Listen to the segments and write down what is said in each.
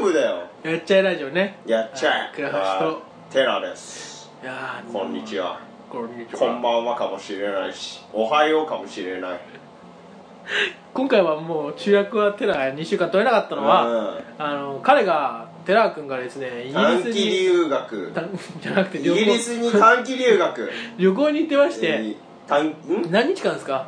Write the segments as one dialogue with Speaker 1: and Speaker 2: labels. Speaker 1: やっちゃえラジオね
Speaker 2: やっちゃえ
Speaker 1: 倉橋と
Speaker 2: はいテラです
Speaker 1: いやー
Speaker 2: こんにちは
Speaker 1: こんにちは
Speaker 2: こんばんはかもしれないしおはようかもしれない
Speaker 1: 今回はもう主役はテラ2週間取れなかったのは、
Speaker 2: うん
Speaker 1: あの彼がテラ君がですねイギ
Speaker 2: 短
Speaker 1: リス
Speaker 2: 期
Speaker 1: に
Speaker 2: 留学
Speaker 1: 短 じゃなくて
Speaker 2: イ
Speaker 1: 旅
Speaker 2: ギリ
Speaker 1: 行
Speaker 2: スに短期留学
Speaker 1: 旅行に行ってまして、
Speaker 2: えー短ん
Speaker 1: 何日間ですか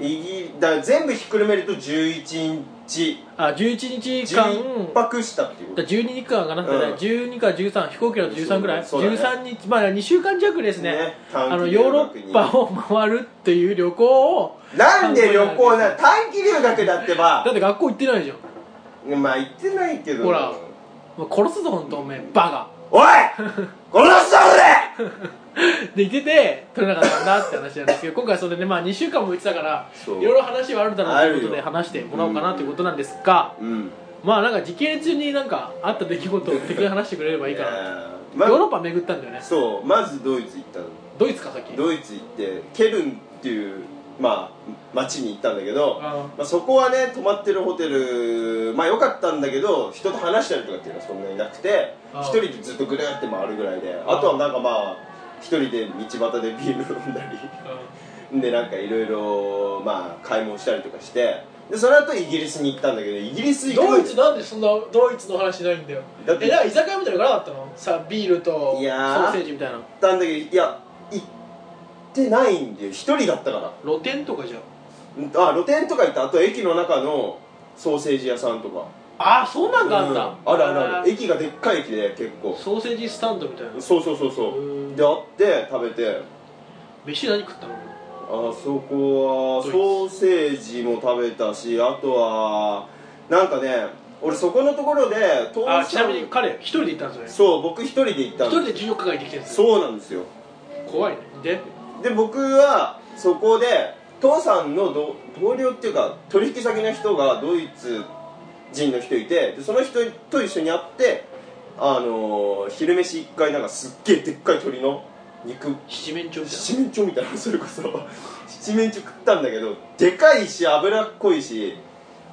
Speaker 2: イギだから全部ひっくるめると11日
Speaker 1: あ11日間
Speaker 2: 11泊したっていうこ
Speaker 1: だ
Speaker 2: と
Speaker 1: 12日間かな、
Speaker 2: うん
Speaker 1: 12か13飛行機の13ぐらい、
Speaker 2: そうだね
Speaker 1: 13日まあ2週間弱ですね
Speaker 2: ね
Speaker 1: あの
Speaker 2: 短期
Speaker 1: ヨー
Speaker 2: 留
Speaker 1: ロ
Speaker 2: 学に
Speaker 1: ッパを回るっていう旅行を
Speaker 2: なんで旅行な短期留学だってば
Speaker 1: だって学校行ってないじゃん
Speaker 2: まあ行ってないけど
Speaker 1: ほらもう殺すぞ本当おめえバ
Speaker 2: おいこの人で
Speaker 1: カ で行ってて取れなかったんだって話なんですけど今回それでまあ2週間も行ってたからい
Speaker 2: そう
Speaker 1: ろいろ話はあるだろうということ
Speaker 2: ある
Speaker 1: で
Speaker 2: よ
Speaker 1: 話してもらおうかなということなんですが、
Speaker 2: うん
Speaker 1: まあなんか時系列中になんかあった出来事を適当に話してくれればいいかな、
Speaker 2: えーま
Speaker 1: ヨーロッパ巡ったんだよね
Speaker 2: そうまずドイツ行ったの
Speaker 1: ドイツか先
Speaker 2: ドイツ行ってケルンっていうまあ町に行ったんだけど
Speaker 1: あ
Speaker 2: まあ、そこはね泊まってるホテルまあ良かったんだけど人と話したりとかっていうのはそんなになくて
Speaker 1: あ
Speaker 2: 一人でずっとぐるーって回るぐらいであとはなんかまあ一人で道端でビール飲んだり でなんかいろいろまあ買い物したりとかしてでその後イギリスに行ったんだけどイギリス行くま
Speaker 1: ド
Speaker 2: で
Speaker 1: イツなんでそんなドイツの話ないんだよ
Speaker 2: だって
Speaker 1: えなんか居酒屋みたいなのがなかったのさビールとソ
Speaker 2: いやー
Speaker 1: ーセージみたいな
Speaker 2: 行ったんだけどいや行ってないんだよ一人だったから
Speaker 1: 露店とかじゃん
Speaker 2: あ露店とか行ったあと駅の中のソーセージ屋さんとか
Speaker 1: ああそんなんがあった、
Speaker 2: うんあるあるある駅がでっかい駅で結構
Speaker 1: ソーセージスタンドみたいな
Speaker 2: そうそうそうそ
Speaker 1: うん
Speaker 2: うであって食べて
Speaker 1: 飯何食ったの
Speaker 2: あそこは
Speaker 1: ドイツ
Speaker 2: ソーセージも食べたしあとはなんかね俺そこのところで父
Speaker 1: あちなみに彼一人で行ったんですよね
Speaker 2: そう僕一人で行った
Speaker 1: 一
Speaker 2: んです
Speaker 1: 人で14日間行ってきてるんですよ
Speaker 2: そうなんですよ
Speaker 1: 怖いねで
Speaker 2: で僕はそこで父さんのど同僚っていうか取引先の人がドイツ人の人いてでその人と一緒に会ってあのー昼飯一回なんかすっげえでっかい鳥の肉
Speaker 1: 七面鳥みたい
Speaker 2: 七面鳥みたいなそれこそ七面鳥食ったんだけどでかいし脂っこいし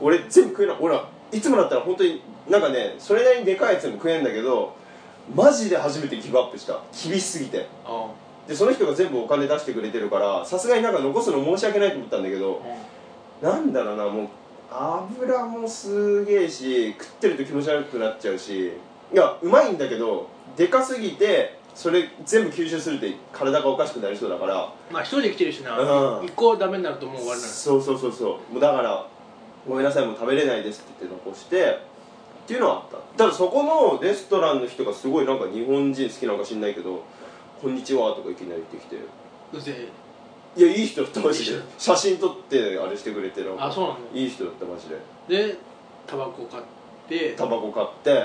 Speaker 2: 俺全部食えない俺はいつもだったら本当になんかねそれなりにでかいやつでも食えんだけどマジで初めてギブアップした厳しすぎて
Speaker 1: なあ
Speaker 2: でその人が全部お金出してくれてるからさすがになんか残すの申し訳ないと思ったんだけどなんだろうなもう油もすげえし食ってると気持ち悪くなっちゃうしいやうまいんだけどでかすぎてそれ全部吸収するって体がおかしくなりそうだから
Speaker 1: まあ一人で来てるしな
Speaker 2: うん
Speaker 1: 一個ダメになるともう終わりなんです
Speaker 2: そうそうそうそうもうだからごめんなさいもう食べれないですって言って残してっていうのはあったただそこのレストランの人がすごいなんか日本人好きなんか知んないけど「こんにちは」とかいきなり言ってきて
Speaker 1: うぜ
Speaker 2: いやいい人だったマジ
Speaker 1: いい
Speaker 2: で
Speaker 1: 人
Speaker 2: 写真撮ってあれしてくれてる
Speaker 1: あそうなんだ
Speaker 2: いい人だったマジで
Speaker 1: でタバコ買って
Speaker 2: タバコ買って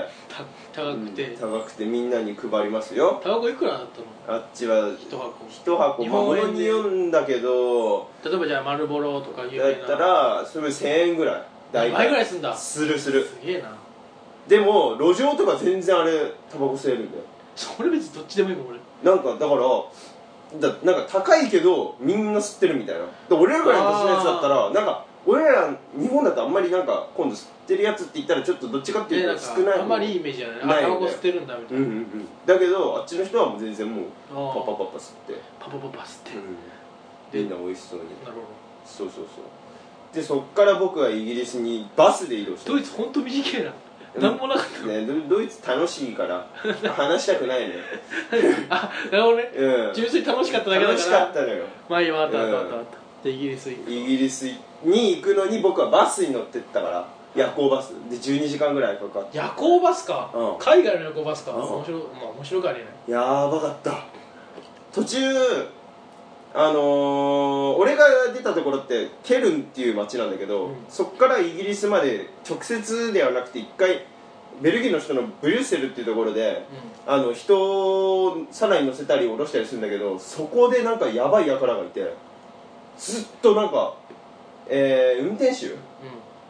Speaker 1: た高くて
Speaker 2: 高くてみんなに配りますよ
Speaker 1: タバコいくらだったの
Speaker 2: あっちは
Speaker 1: 一箱
Speaker 2: 一箱
Speaker 1: 日
Speaker 2: まあ
Speaker 1: 本
Speaker 2: も
Speaker 1: 円で
Speaker 2: のによんだけど
Speaker 1: 例えばじゃあ丸ボロとか有
Speaker 2: だ
Speaker 1: 名
Speaker 2: った
Speaker 1: な
Speaker 2: らそれ1000円ぐらい大
Speaker 1: 倍ぐら
Speaker 2: 体
Speaker 1: いすんだす
Speaker 2: するする
Speaker 1: げえな
Speaker 2: でも路上とか全然あれタバコ吸えるんだよ
Speaker 1: それ別にどっちでもいいもん俺
Speaker 2: なんかだからだなんか高いけどみんな吸ってるみたいなで俺らぐらいの年のやつだったらなんか俺ら日本だとあんまりなんか今度吸ってるやつって言ったらちょっとどっちかって
Speaker 1: で
Speaker 2: い
Speaker 1: な
Speaker 2: うんと
Speaker 1: か
Speaker 2: 少ない
Speaker 1: あんまりいいイメージじゃないあ
Speaker 2: ない
Speaker 1: タ
Speaker 2: よね
Speaker 1: バコ吸ってるんだみた
Speaker 2: う
Speaker 1: い
Speaker 2: んう
Speaker 1: なん
Speaker 2: うんだけどあっちの人はもう全然もう
Speaker 1: パ
Speaker 2: パパパパ吸って、
Speaker 1: パパパパ吸って
Speaker 2: うん、みんな美味しそうに
Speaker 1: なるほど
Speaker 2: そうそうそうでそっから僕はイギリスにバスで移動して
Speaker 1: ドイツ本当短いな
Speaker 2: うん
Speaker 1: 何もなかったの
Speaker 2: ね、ドドイツ楽しいから話したくないね
Speaker 1: あ なるほどね
Speaker 2: うん
Speaker 1: 純粋に楽しかっただけだ
Speaker 2: 楽し
Speaker 1: か
Speaker 2: からったのよ
Speaker 1: まあいいわあったあったあったあったじゃあイギリス行く
Speaker 2: イギリスに行くのに僕はバスに乗ってったから夜行バスで12時間ぐらいかかって
Speaker 1: 夜行バスか
Speaker 2: うん
Speaker 1: 海外の夜行バスか
Speaker 2: うん
Speaker 1: 面白まあ面白くはねえない
Speaker 2: やばかった途中あのー、俺が出たところってケルンっていう町なんだけど、
Speaker 1: うん
Speaker 2: そっからイギリスまで直接ではなくて一回ベルギーの人のブリュッセルっていうところであの人をさらに乗せたり下ろしたりするんだけどそこでなんかやばい輩がいてずっとなんか、えー運転手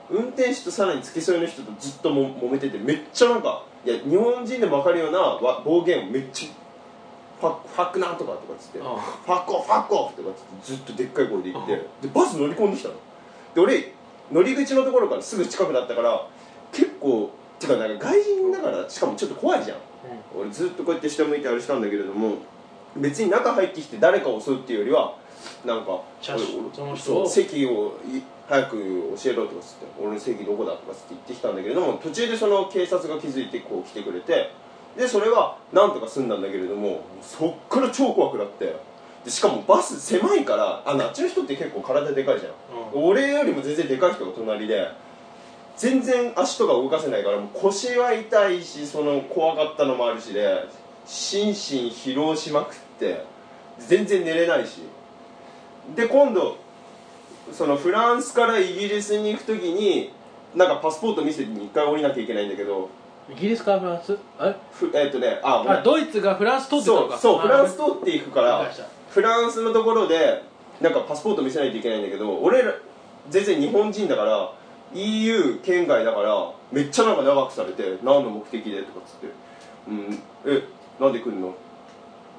Speaker 2: 運転手とさらに付き添いの人とずっとも揉めててめっちゃなんかいや日本人でも分かるようなわ暴言をめっちゃファッファックなとかとかっつって
Speaker 1: うん
Speaker 2: フ
Speaker 1: うんあ
Speaker 2: ァッコファッコとかっつってずっとでっかい声で言って
Speaker 1: う
Speaker 2: で
Speaker 1: ん
Speaker 2: バス乗り込んできたので俺乗り口のところからすぐ近くだったから結構てかなんか外人だからしかもちょっと怖いじゃん
Speaker 1: うん
Speaker 2: 俺ずっとこうやって下向いてあれしたんだけれども別に中入ってきて誰かを襲うっていうよりはなんか
Speaker 1: 車種
Speaker 2: 俺
Speaker 1: その人
Speaker 2: そ
Speaker 1: を
Speaker 2: う席をい早く教えろとかっつって俺の席どこだとかっつって言ってきたんだけれども途中でその警察が気づいてこう来てくれてでそれはなんとか済んだんだけれどもそっから超怖くなってでしかもバス狭いからあのあっちの人って結構体でかいじゃん俺よりも全然でかい人が隣で全然足とか動かせないからもう腰は痛いしその怖かったのもあるしで心身疲労しまくって全然寝れないしで今度そのフランスからイギリスに行く時になんかパスポート見せに一回降りなきゃいけないんだけど
Speaker 1: イギリスかフランスえ
Speaker 2: ふえっ、とねあごめん
Speaker 1: あドイツがフランス取ってた
Speaker 2: そ
Speaker 1: の
Speaker 2: う
Speaker 1: か
Speaker 2: そうフランス
Speaker 1: っ
Speaker 2: 通っていくか
Speaker 1: わからりました
Speaker 2: フランスのところでなんかパスポート見せないといけないんだけど俺ら全然日本人だから EU 圏外だからめっちゃなんか長くされて何の目的でとかっつって「うんえなんで来んの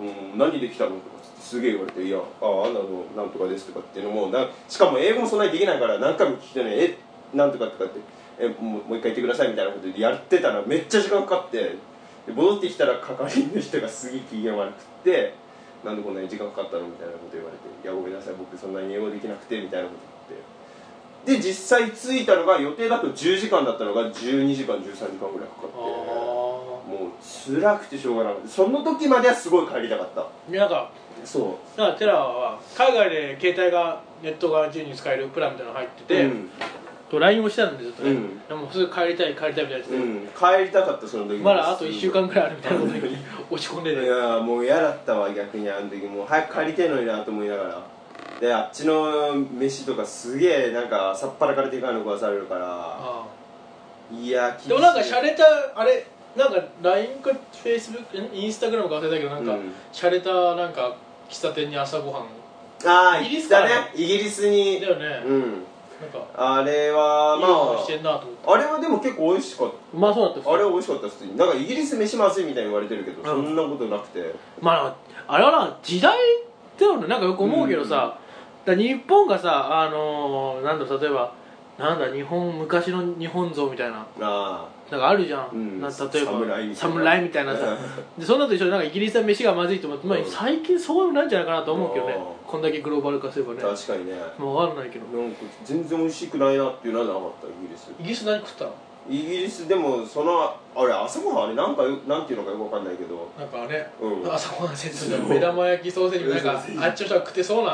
Speaker 2: うん何で来たの?」とかっつってすげえ言われて「いやああなのなんとかです」とかっていうのもなしかも英語もそんなにできないから何回も聞いてね「えなんとか」とかって「えもうもう一回言ってください」みたいなことでやってたらめっちゃ時間かかってで戻ってきたら係員の人がすげえ機嫌悪くって「なんでこんなに時間かかったの?」みたいなこと言われて「いやごめんなさい僕そんなに英語できなくて」みたいなこと言って。で実際着いたのが予定だと10時間だったのが12時間13時間ぐらいかかってもう辛くてしょうがなくてその時まではすごい帰りたかった
Speaker 1: なんか
Speaker 2: そ
Speaker 1: だからテラは海外で携帯がネットが自由に使えるプランみたいなの入って
Speaker 2: う
Speaker 1: て、
Speaker 2: うん
Speaker 1: と LINE をしてたんでずっとね、
Speaker 2: うん
Speaker 1: でもすぐ帰りたい帰りたいみたいなやつ
Speaker 2: う
Speaker 1: で、
Speaker 2: ん、帰りたかったその時も
Speaker 1: まだあと1週間ぐらいあるみたいなことに落ち込んで
Speaker 2: い
Speaker 1: て
Speaker 2: やもう嫌だったわ逆にあの時もう早く帰りてえのになと思いながらであっちの飯とかすげえなんかさっぱらからでかいの食わされるから
Speaker 1: あ
Speaker 2: いや厳し
Speaker 1: あ
Speaker 2: い
Speaker 1: でもなんか洒落たあれなんか LINE か Facebook んインスタグラムか忘れたけどなんか、
Speaker 2: うん
Speaker 1: 洒落たなんか喫茶店に朝ごはん
Speaker 2: ああ
Speaker 1: イギリ
Speaker 2: 行っ
Speaker 1: スか
Speaker 2: た
Speaker 1: ら
Speaker 2: ねイギリスに
Speaker 1: だよね、
Speaker 2: うん
Speaker 1: なんか
Speaker 2: あれはい
Speaker 1: い
Speaker 2: ま
Speaker 1: 顔してんなと思って
Speaker 2: ああれはでも結構美味しかった
Speaker 1: うまそうだった
Speaker 2: あれは美味しかった普通になんかイギリス飯まずいみたいに言われてるけど、
Speaker 1: ん
Speaker 2: そんなことなくて
Speaker 1: まああれはな時代だよねなんかよく思うけどさ、だから日本がさあのー、なんだろう例えばなんだ日本昔の日本像みたいな
Speaker 2: あ
Speaker 1: なんかあるじゃん、
Speaker 2: うん
Speaker 1: な例えば
Speaker 2: 侍みたいな
Speaker 1: 侍みたいなさでそんなと一緒になんかイギリスは飯がまずいと思って、まあ
Speaker 2: うん、
Speaker 1: 最近そうなんじゃないかなと思うけどね
Speaker 2: あー
Speaker 1: こんだけグローバル化すれば
Speaker 2: あ
Speaker 1: ね
Speaker 2: 確かにね
Speaker 1: もう分かんないけど
Speaker 2: なんか全然美味しくないなっていうのはなかったイギリス
Speaker 1: イギリス何食ったの
Speaker 2: イギリスでもそのあれ朝ごはんあれなんかよなんていうのかよくわかんないけど
Speaker 1: なんかね、
Speaker 2: うん
Speaker 1: 朝ごはん説明目玉焼きソーセージなんかあっちの人は食ってそう
Speaker 2: うん
Speaker 1: な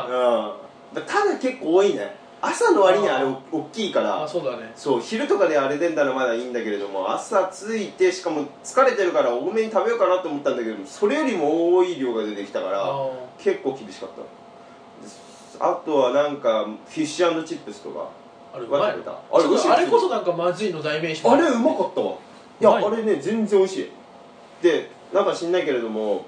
Speaker 2: だただ結構多いね朝の割にあれお大きいか
Speaker 1: あ
Speaker 2: ら
Speaker 1: そうだね
Speaker 2: そう昼とかであれ出んだらまだいいんだけれども朝着いてしかも疲れてるから多めに食べようかなと思ったんだけどそれよりも多い量が出てきたから
Speaker 1: あ
Speaker 2: 結構厳しかったですあとはなんかフィッシュチップスとか
Speaker 1: ーあれうまい
Speaker 2: 食べ
Speaker 1: の
Speaker 2: たあ
Speaker 1: あ
Speaker 2: れ美
Speaker 1: れ
Speaker 2: 味しい
Speaker 1: こそなんかまずいの代名詞
Speaker 2: あれうまかったわいうや
Speaker 1: まい
Speaker 2: あれね全然美味しいでなんか知んないけれども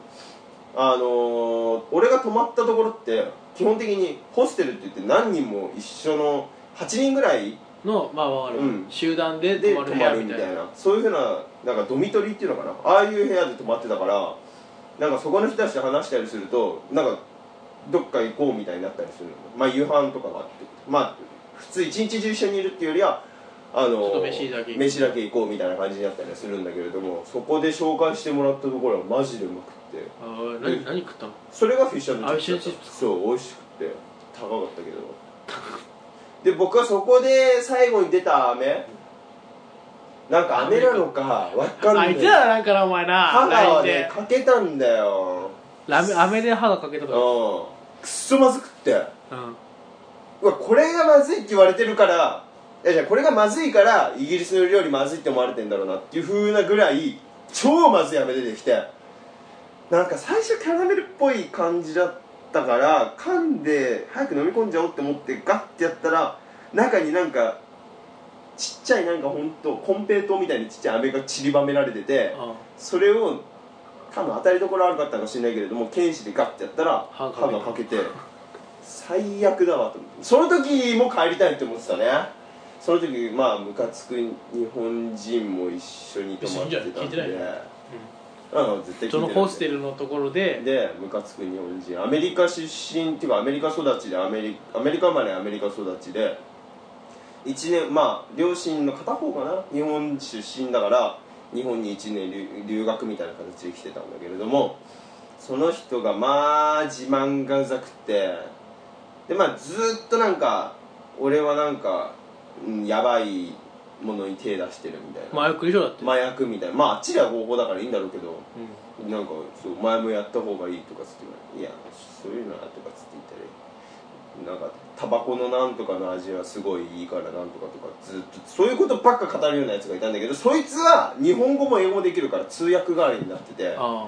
Speaker 2: あのー俺が泊まったところって基本的にホステルって言って何人も一緒の8人ぐらい
Speaker 1: のまあわかる、
Speaker 2: うん
Speaker 1: 集団で
Speaker 2: で
Speaker 1: 泊ま
Speaker 2: 泊
Speaker 1: る部
Speaker 2: ま
Speaker 1: 屋
Speaker 2: る
Speaker 1: み
Speaker 2: み
Speaker 1: た
Speaker 2: た
Speaker 1: い
Speaker 2: い
Speaker 1: な
Speaker 2: なそういうふうななんかドミトリーっていうのかなああいう部屋で泊まってたからなんかそこの人たちと話したりするとなんかどっか行こうみたいになったりするのまあ夕飯とかがあってまあ普通一日中一緒にいるっていうよりはあ
Speaker 1: ちょっ
Speaker 2: の
Speaker 1: と飯だけ
Speaker 2: 飯だけ行こうみたいな感じになったりはするんだけれどもそこで紹介してもらったところはマジでうまくって
Speaker 1: あー何何食ったの
Speaker 2: それがフィッシュチップ
Speaker 1: あフィッシュチップ
Speaker 2: スそう美味しくて高かったけどで僕はそこで最後に出た飴なんか飴なのかわかんな
Speaker 1: あ
Speaker 2: い
Speaker 1: いつらなんかなお前な
Speaker 2: 歯が
Speaker 1: LINE
Speaker 2: ね
Speaker 1: で
Speaker 2: かけたんだよ
Speaker 1: ラメ飴で歯がかけた
Speaker 2: うん
Speaker 1: から
Speaker 2: くっそまずくって
Speaker 1: うん
Speaker 2: うわこれがまずいって言われてるからいやじゃあこれがまずいからイギリスの料理まずいって思われてんだろうなっていう風なぐらい超まずい飴出てきてなんか最初キャラメルっぽい感じだったから噛んで早く飲み込んじゃおうって思ってガッてやったら中になんかちっちゃいなんかほんとコンペイトーみたいにちっちゃい飴が散りばめられてて
Speaker 1: あ
Speaker 2: それを多分当たりどころ悪かったかもしれないけれども剣士でガッてやったら
Speaker 1: 歯
Speaker 2: 歯
Speaker 1: が欠けた
Speaker 2: が欠けて最悪だわと思ってその時も帰りたいって思ってたねその時まあムカつく日本人も一緒に泊まって
Speaker 1: 別
Speaker 2: たんで
Speaker 1: にいいんじゃない聞いてないよ
Speaker 2: うん絶対聞いてない
Speaker 1: そのホステ
Speaker 2: ル
Speaker 1: ルのところで
Speaker 2: でムカつく日本人アメリカ出身っていうかアメリカ育ちでアメリアメリカ生まれアメリカ育ちで一年まあ両親の片方かな日本出身だから日本に1年留留学みたいな形で来てたんだけれどもその人がまあ自慢がうざくってでまあずっとなんか俺はなんか、うん、やばいものに手出してるみたいな、
Speaker 1: 麻薬でしょだって、
Speaker 2: 麻薬みたいなまああっちでは合法だからいいんだろうけど
Speaker 1: うん
Speaker 2: なんかそう前もやった方がいいとかつって言われていやそういうのはとかつって言ったらなんかタバコのなんとかの味はすごいいいからなんとかとかずっとそういうことばっか語るようなやつがいたんだけどそいつは日本語も英語もできるから通訳代わりになってて
Speaker 1: あ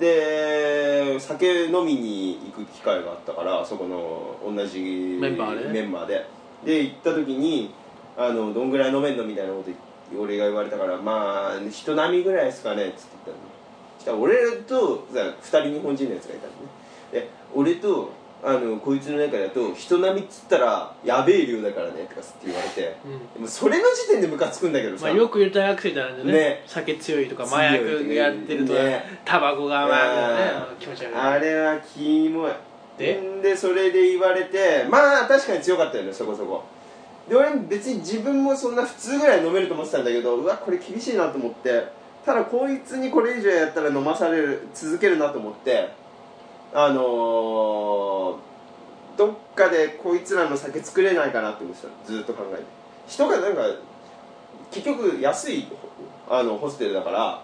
Speaker 2: で酒飲みに行く機会があったからそこの同じメ
Speaker 1: ンバーで
Speaker 2: メンバーでで行った時にあのどんぐらい飲めんのみたいなこと俺が言われたからまあ人並みぐらいですかねっつって言ったのそしたら俺とさ2人日本人のやつがいたのねで俺とあのこいつの中だと人並みっつったらやべえ量だからねとかつって言われて
Speaker 1: あ、うん
Speaker 2: でもそれの時点でムカつくんだけどさ、
Speaker 1: まあ、よく言う大学生ってあるんでね
Speaker 2: ね
Speaker 1: 酒強いとか
Speaker 2: 強
Speaker 1: 麻
Speaker 2: いとか
Speaker 1: 薬やってると
Speaker 2: ね
Speaker 1: タバコがまあ
Speaker 2: う
Speaker 1: ね気持ち悪い
Speaker 2: あれはキモい
Speaker 1: で
Speaker 2: んでそれで言われてまあ確かに強かったよねそこそこで俺別に自分もそんな普通ぐらい飲めると思ってたんだけどうわこれ厳しいなと思ってただこいつにこれ以上やったら飲まされる続けるなと思ってあのー、どっかでこいつらの酒作れないかなって思ってたのずっと考えて人がなんか結局安いあのホステルだから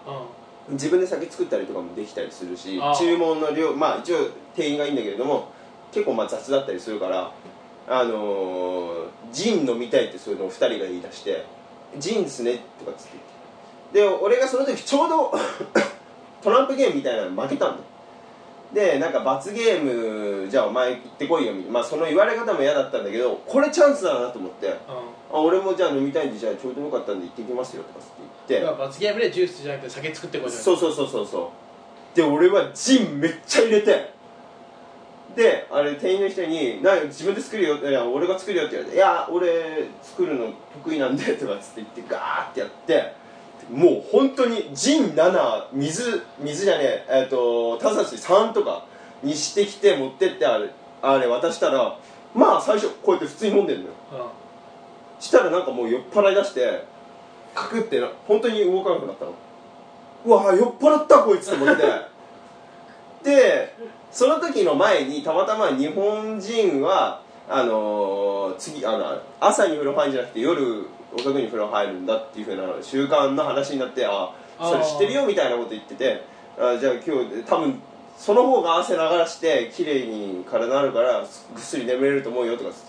Speaker 1: う
Speaker 2: 自分で酒作ったりとかもできたりするし
Speaker 1: ああ
Speaker 2: 注文の量まあ一応店員がいいんだけれども結構まあ雑だったりするからあのージン飲みたいってそういうのを2人が言い出して「ジンですね」とかつって言ってで俺がその時ちょうど トランプゲームみたいなの負けたんだよでなんか罰ゲームじゃあお前行ってこいよみたいな、まあ、その言われ方も嫌だったんだけどこれチャンスだなと思って
Speaker 1: んうん
Speaker 2: あ俺もじゃあ飲みたいんでじゃあちょうどよかったんで行ってきますよとかつって言って
Speaker 1: 要は罰ゲームでジュースじゃなくて酒作ってこい
Speaker 2: そううそうそうそうそうで俺はジンめっちゃ入れてであれ店員の人に「な自分で作るよ」いや俺が作るよ」って言われて「いや俺作るの得意なんで」 とかつって言ってガーってやってもう本当にジン7水水じゃねええっ、と炭酸水3とかにしてきて持ってってあれあれ渡したらまあ最初こうやって普通に飲んでんのよ
Speaker 1: う
Speaker 2: したらなんかもう酔っ払い出してカクってな本当に動かなくなったのうわ酔っ払ったこいつと思ってでその時の前にたまたま日本人はあのー次あの朝に風呂入るんじゃなくて夜遅くに風呂入るんだっていうふうな習慣の話になってあそれ知ってるよみたいなこと言っててあじゃあ今日多分その方が汗流して綺麗に体あるからぐっすり眠れると思うよとかつって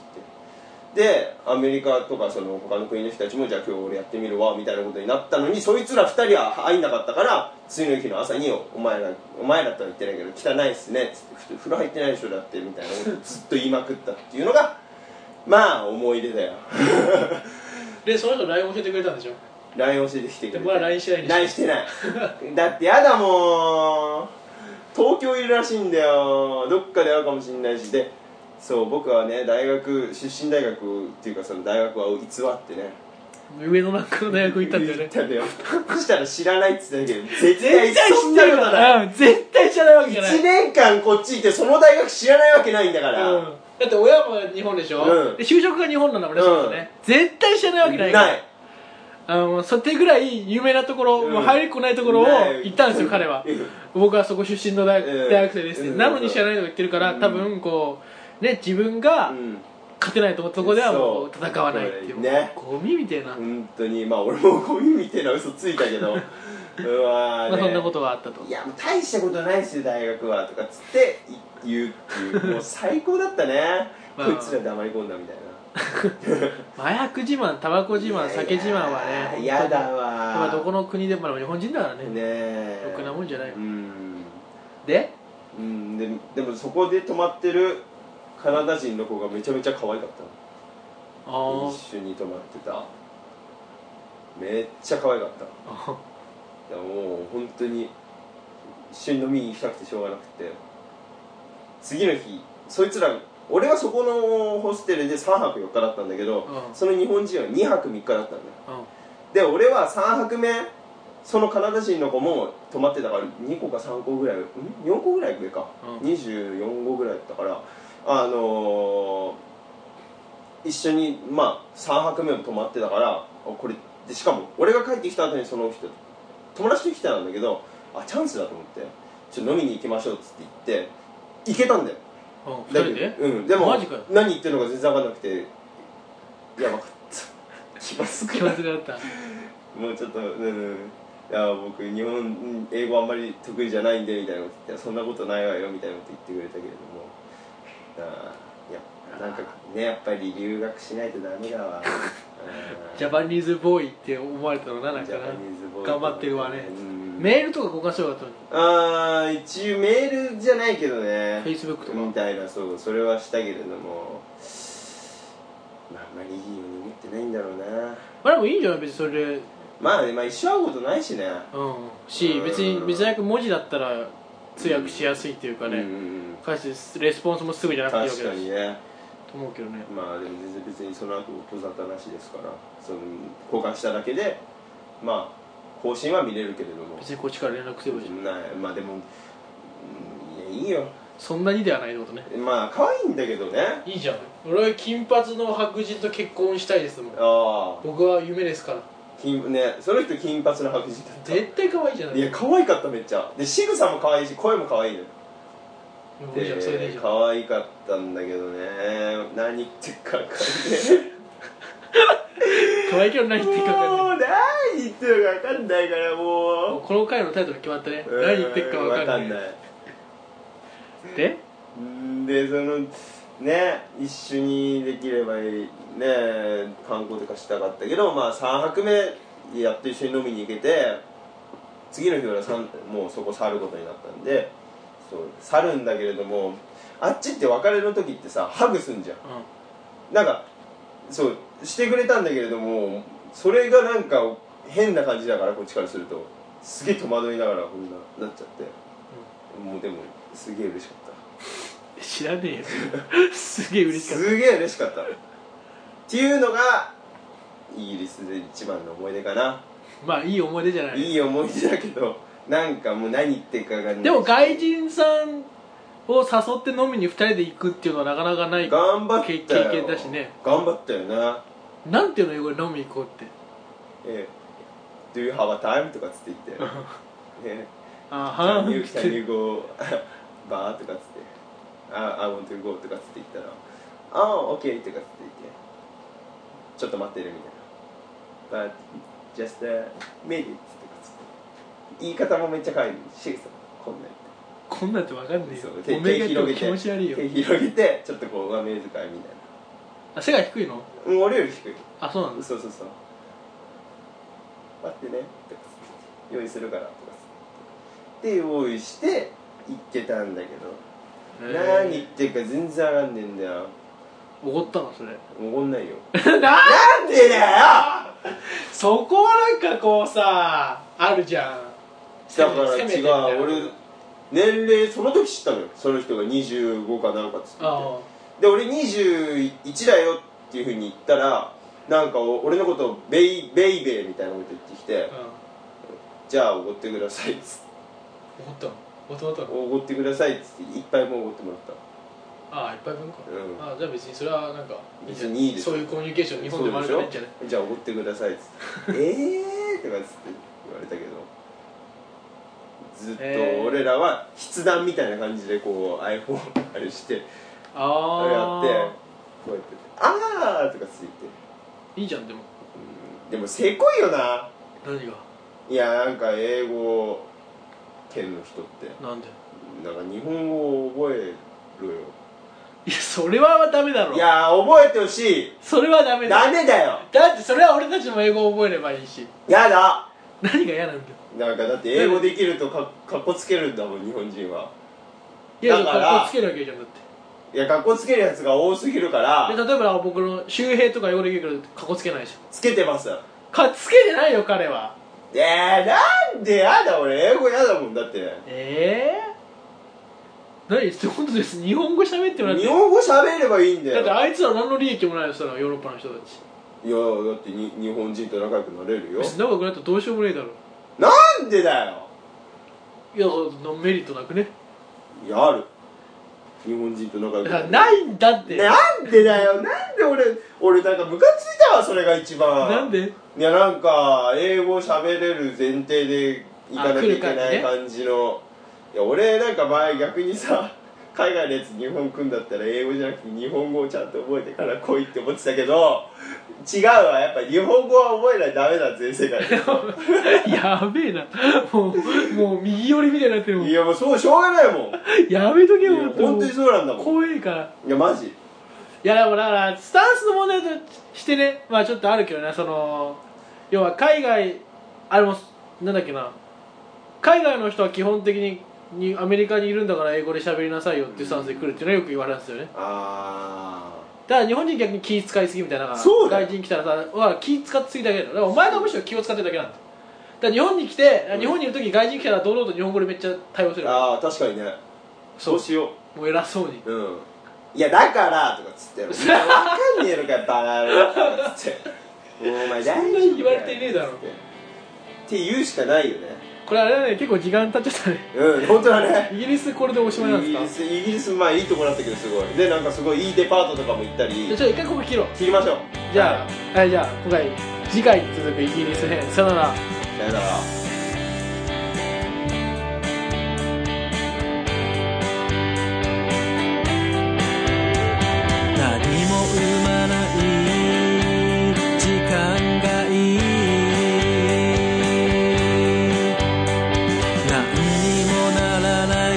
Speaker 2: 言ってでアメリカとかその他の国の人たちもじゃあ今日俺やってみるわみたいなことになったのにそいつら2人は入んなかったから次の日の朝に「お前らお前らとは言ってないけど汚いっすね」つってふ風呂入ってないでしょだって」みたいなことをずっと言いまくったっていうのがまあ思い出だよ
Speaker 1: んでその人 LINE 教えてくれたんでしょ
Speaker 2: LINE 教えてきてくれ
Speaker 1: でもまだ LINE してないんでしょ
Speaker 2: LINE してないだってやだもん東京いるらしいんだよどっかで会うかもしれないしでそう僕はね大学出身大学っていうかその大学は偽ってね
Speaker 1: 上のランクの大学行ったんだよ
Speaker 2: 言
Speaker 1: ね
Speaker 2: ったんだよそしたら知らないっつってたけど絶対そんなことない
Speaker 1: い絶対知らないわけじゃない
Speaker 2: 1年間こっちいてその大学知らないわけないんだから、
Speaker 1: うんだって親も日本でしょ、
Speaker 2: うん
Speaker 1: で就職が日本なんだもんね,、そうだね絶対知らないわけないから
Speaker 2: ない
Speaker 1: あのそれぐらい有名なところ、
Speaker 2: うん
Speaker 1: もう入りこないところを
Speaker 2: ない
Speaker 1: 行ったんですよ彼は僕はそこ出身の大,、
Speaker 2: うん
Speaker 1: 大学生ですって、
Speaker 2: うん
Speaker 1: なのに知らないとか言ってるから、
Speaker 2: うん
Speaker 1: 多分こうね自分が
Speaker 2: うん
Speaker 1: 勝てないと思ったところではもう
Speaker 2: そう
Speaker 1: 戦わないっていう
Speaker 2: ね
Speaker 1: ゴミみたいな、
Speaker 2: 本当にまあ俺もゴミみたいな嘘ついたけどう わー、ね
Speaker 1: まあ、そんなことがあったと
Speaker 2: いやもう大したことないですよ大学はとかつってい言う っていうもう最高だったね
Speaker 1: まあ
Speaker 2: こいつら黙り込んだみたいな
Speaker 1: 麻薬自慢タバコ自慢酒自慢はね
Speaker 2: いや
Speaker 1: 本当に
Speaker 2: だわ
Speaker 1: まあどこの国でも日本人だからね
Speaker 2: ねえ
Speaker 1: ろくなもんじゃないよ
Speaker 2: うん
Speaker 1: で
Speaker 2: うんででもそこで泊まってるカナダ人の子がめちゃめちゃ可愛かった
Speaker 1: あ
Speaker 2: の
Speaker 1: ー
Speaker 2: 一緒に泊まってためっちゃ可愛かったい
Speaker 1: あ
Speaker 2: やもう本当に一緒に飲みに行きたくてしょうがなくて次の日そいつら俺はそこのホステルで3泊4日だったんだけど、
Speaker 1: うん
Speaker 2: その日本人は2泊3日だったんだよ
Speaker 1: うん
Speaker 2: で俺は3泊目そのカナダ人の子も泊まってたから2個か3個ぐらいん4個ぐらい上か、
Speaker 1: うん
Speaker 2: 24個ぐらいだったからあのー一緒にまあ3泊目も泊まってたからあこれでしかも俺が帰ってきた後にその人友達と来てたんだけどあチャンスだと思ってちょっと飲みに行きましょうっつって言って行けたんだよ
Speaker 1: うん二
Speaker 2: だ
Speaker 1: 人
Speaker 2: け
Speaker 1: で
Speaker 2: どうんでも
Speaker 1: マジかよ
Speaker 2: 何言ってるのか全然分かんなくてやばかった気まずく
Speaker 1: 気
Speaker 2: な
Speaker 1: ま
Speaker 2: い
Speaker 1: ずく なった
Speaker 2: もうちょっとうんうんいや僕日本うん英語あんまり得意じゃないんでみたいなこと言ってそんなことないわよみたいなこと言ってくれたけれどもあーいやなんかねやっぱり留学しないとダメだわうん
Speaker 1: ジャパニーズボーイって思われたのななん
Speaker 2: ジ
Speaker 1: か
Speaker 2: ャ
Speaker 1: な
Speaker 2: パニーズボーイ
Speaker 1: 頑張ってるわね
Speaker 2: うん
Speaker 1: メールとか交換しようかと
Speaker 2: ああ一応メールじゃないけどね
Speaker 1: Facebook とか
Speaker 2: みたいなそうそれはしたけれどもまああんまりいいように思ってないんだろうな
Speaker 1: あれもいいんじゃない別にそれで
Speaker 2: まあねまあ一生会うことないしね
Speaker 1: うんし別に
Speaker 2: うん
Speaker 1: 別に文字だったら通訳しやすいっていうか
Speaker 2: うんう
Speaker 1: ね
Speaker 2: ん
Speaker 1: 返してレスポンスもすぐじゃ
Speaker 2: うん
Speaker 1: なくていいわ
Speaker 2: 確
Speaker 1: け
Speaker 2: かに
Speaker 1: だし
Speaker 2: ね
Speaker 1: と思うけどね
Speaker 2: まあでも全然別にその後音沙汰なしですからその交換しただけでまあ方針は見れるけれども
Speaker 1: 別にこっちから連絡すればいいじゃん
Speaker 2: ないまあでも、うん、いやいいよ
Speaker 1: そんなにではないってことね
Speaker 2: まあ可愛いんだけどね
Speaker 1: いいじゃん俺は金髪の白人と結婚したいですもん
Speaker 2: ああ
Speaker 1: 僕は夢ですから
Speaker 2: 金ねその人金髪の白人だった
Speaker 1: 絶対可愛いじゃない
Speaker 2: いや可愛かっためっちゃで仕草も可愛いし声も可愛いのよ
Speaker 1: いいじゃんそれでいいじゃん
Speaker 2: 可愛かったんだけどね何言ってっか分かんね
Speaker 1: 可愛いけ ど何言っていいか分かんない
Speaker 2: もう何言ってるか分かんないから
Speaker 1: もう
Speaker 2: も
Speaker 1: この回のタイトル決まったね
Speaker 2: う
Speaker 1: 何言ってるか分かんないで
Speaker 2: んでそのね一緒にできればいいね観光とかしたかったけどまあ3泊目やっと一緒に飲みに行けて次の日俺はさんもうそこ去ることになったんでそう去るんだけれどもあっちって別れの時ってさハグすんじゃん
Speaker 1: う
Speaker 2: なんかそうしてくれたんだけれどもそれがなんか変な感じだからこっちからするとすげえ戸惑いながらこんななっちゃって、もうでもすげえ嬉しかった
Speaker 1: ん知らね えよすげえ嬉しかっ
Speaker 2: すげえ嬉しかったっていうのがイギリスで一番の思い出かな、
Speaker 1: たまあいい思い出じゃない
Speaker 2: いい思い出だけどなんかもう何言ってるかが
Speaker 1: でも外
Speaker 2: 外
Speaker 1: 人さんを誘って飲みに2人で行くっていうのはなかなかない
Speaker 2: 頑張った
Speaker 1: け
Speaker 2: よ
Speaker 1: 経験だしね
Speaker 2: 頑張ったよな
Speaker 1: なんていうのよこれ飲み行こうって
Speaker 2: ええ Do you have a time? とかつって 言ってね
Speaker 1: あ
Speaker 2: キャ
Speaker 1: は
Speaker 2: ンユ
Speaker 1: ー
Speaker 2: ーキャンユー ゴーバーとかっつってああ I want to go とかっつって言ったらああ OK とかっつって言ってちょっと待ってるみたいな But just a minute とかっつって言い方もめっちゃ可愛いシグさこんなに
Speaker 1: こんなんって分かんねえ
Speaker 2: そ
Speaker 1: よ
Speaker 2: う
Speaker 1: おめでとう気持ち悪いよ
Speaker 2: 手広げてちょっとこう上目遣いみたいな
Speaker 1: あ背が低いの
Speaker 2: うん俺より低い
Speaker 1: あそうなんです
Speaker 2: そうそうそう待ってねとか用意するからとかで用意して行ってたんだけど、何言ってるか全然上がんねえんだよ
Speaker 1: おごったのそれ
Speaker 2: 怒んないよ
Speaker 1: な
Speaker 2: なんでだよ
Speaker 1: そこはなんかこうさあるじゃん
Speaker 2: だから
Speaker 1: せめて
Speaker 2: 違
Speaker 1: みたいな
Speaker 2: う俺年齢その時知ったのよその人が25かなんかっつってて
Speaker 1: あ
Speaker 2: で俺21だよっていうふうに言ったらなんかお俺のことをベイベイベーみたいなこと言ってきて
Speaker 1: あうん
Speaker 2: じゃあおごってくださいっつって
Speaker 1: おごったのおとおとの
Speaker 2: おごってくださいっつっていっぱいもうおごってもらった
Speaker 1: ああいっぱい分か、
Speaker 2: うん
Speaker 1: ああじゃあ別にそれはなんか
Speaker 2: 別にいいでしょ
Speaker 1: そういうコミュニケーション日本でもあるからいいんじゃない
Speaker 2: そうでしょじゃあおごってくださいっつって ええーとかっつって言われたけどずっ
Speaker 1: えー
Speaker 2: と俺らは筆談みたいな感じでこう iPhone あれしてあれや
Speaker 1: あ
Speaker 2: っ
Speaker 1: あ
Speaker 2: てこうやって「あー」とかついて、
Speaker 1: いいじゃんでも
Speaker 2: うんでもせこいよな
Speaker 1: 何が
Speaker 2: いやなんか英語圏の人って
Speaker 1: なんで
Speaker 2: なんか日本語を覚えろよ
Speaker 1: いやそれはダメだろ
Speaker 2: いやー覚えてほしい
Speaker 1: それはダメだ
Speaker 2: ダメだよ
Speaker 1: だってそれは俺たちも英語を覚えればいいし
Speaker 2: やだ
Speaker 1: 何が嫌なんだよ
Speaker 2: なんかだって英語できるとかかっこつけるんだもん日本人はい
Speaker 1: や
Speaker 2: だから
Speaker 1: 格好つけるわけじゃんだって
Speaker 2: いや、格好つけるやつが多すぎるから、
Speaker 1: で例えば僕の周平とか英語できるけど格好つけないでしょ
Speaker 2: つけてます。
Speaker 1: かつけてないよ彼は
Speaker 2: えー、なんでやだ、俺、英語やだもん、だって。
Speaker 1: ええ何ってことです日本語喋ってもらって
Speaker 2: 日本語喋ればいいんだ
Speaker 1: だ
Speaker 2: よ。
Speaker 1: ってあいつら何の利益もないよそのヨーロッパの人たち
Speaker 2: いや、だってに日本人と仲良くなれるよ。
Speaker 1: 別に長くなったらどうしようもねえだろ
Speaker 2: なんでだよ
Speaker 1: いやそのメリットなくね
Speaker 2: いや、ある。日本人と仲良く
Speaker 1: だ
Speaker 2: な
Speaker 1: か
Speaker 2: る
Speaker 1: らないんだって
Speaker 2: なんでだよなんで俺俺なんかムカついたわそれが一番
Speaker 1: なんで
Speaker 2: いやなんか英語喋れる前提で行かなきゃいけない感じのいや俺なんか前逆にさ 海外のやつ日本来んだったら英語じゃなくて日本語をちゃんと覚えてから来いって思ってたけど違うわやっぱ日本語は覚えないとダメだ全世界で
Speaker 1: やべえなもうもう右寄りみたいになってるもん
Speaker 2: いやもうそうしょうがないもん
Speaker 1: やめとけ
Speaker 2: い
Speaker 1: よ
Speaker 2: や
Speaker 1: っても
Speaker 2: 本当にそうなんだもん
Speaker 1: 怖いから
Speaker 2: いやマジ
Speaker 1: いやでもだからスタンスの問題としてねまあちょっとあるけどねその要は海外あれもなんだっけな海外の人は基本的ににアメリカにいるんだから英語で喋りなさいよっていうスタンスで来るっていうのはよく言われるんですよね
Speaker 2: あ
Speaker 1: だから日本人逆に気使いすぎみたいな
Speaker 2: そうだよ
Speaker 1: 外人来たらさうわ気使ってすぎだけだよだからお前がむしろ気を使ってるだけなんだよだから日本に来て、
Speaker 2: うん
Speaker 1: 日本にいる時外人来たら堂々と日本語でめっちゃ対応す
Speaker 2: ー
Speaker 1: る
Speaker 2: あー確かにね
Speaker 1: そ
Speaker 2: そううしよう
Speaker 1: もう偉そうに
Speaker 2: うんいやだからとかっつって「分 かんねえのかよバカ野郎」とかっつって「お前大丈夫
Speaker 1: そんなに言われてねえだろ
Speaker 2: っつってって言うしかないよね
Speaker 1: これあれだね結構時間経っちゃったね
Speaker 2: うん本当だね
Speaker 1: イギリスこれでおしまいなんですか
Speaker 2: イギリスイギリスまあいいとこだったけどすごいでなんかすごいいいデパートとかも行ったり
Speaker 1: じゃあちょっと一回ここ切ろう
Speaker 2: 切りましょう
Speaker 1: じゃあ、はい、じゃあ今回次回に続くイギリス編さよなら
Speaker 2: さよなら
Speaker 3: 何も生まない時間がいい何にもならない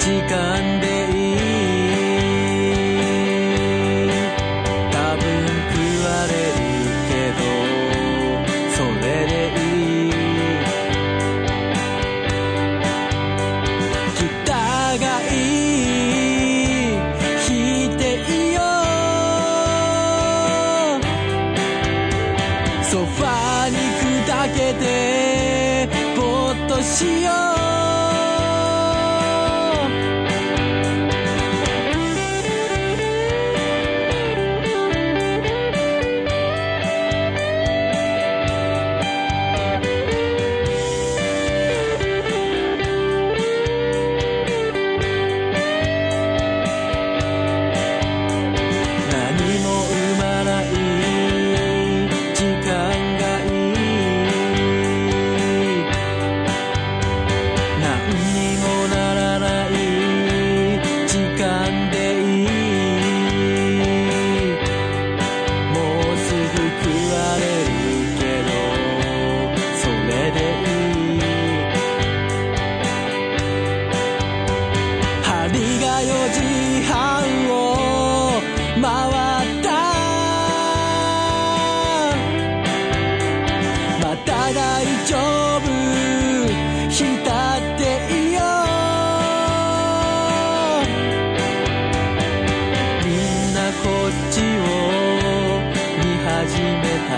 Speaker 3: 時間でいい多分食われるけどそれでいいギターがいい弾いていいよソファーに砕けてぼーっとしよう何も生まない時間がいい何にもならない時間でいいもうすぐ食われるけどそれでいい針が四時半を回ったまた大丈夫浸っていいよみんなこっちを見始めた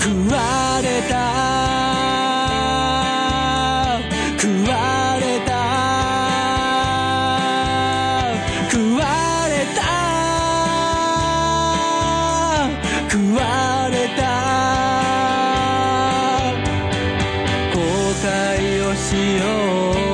Speaker 3: 食われた食われた食われた食われた後悔をしよう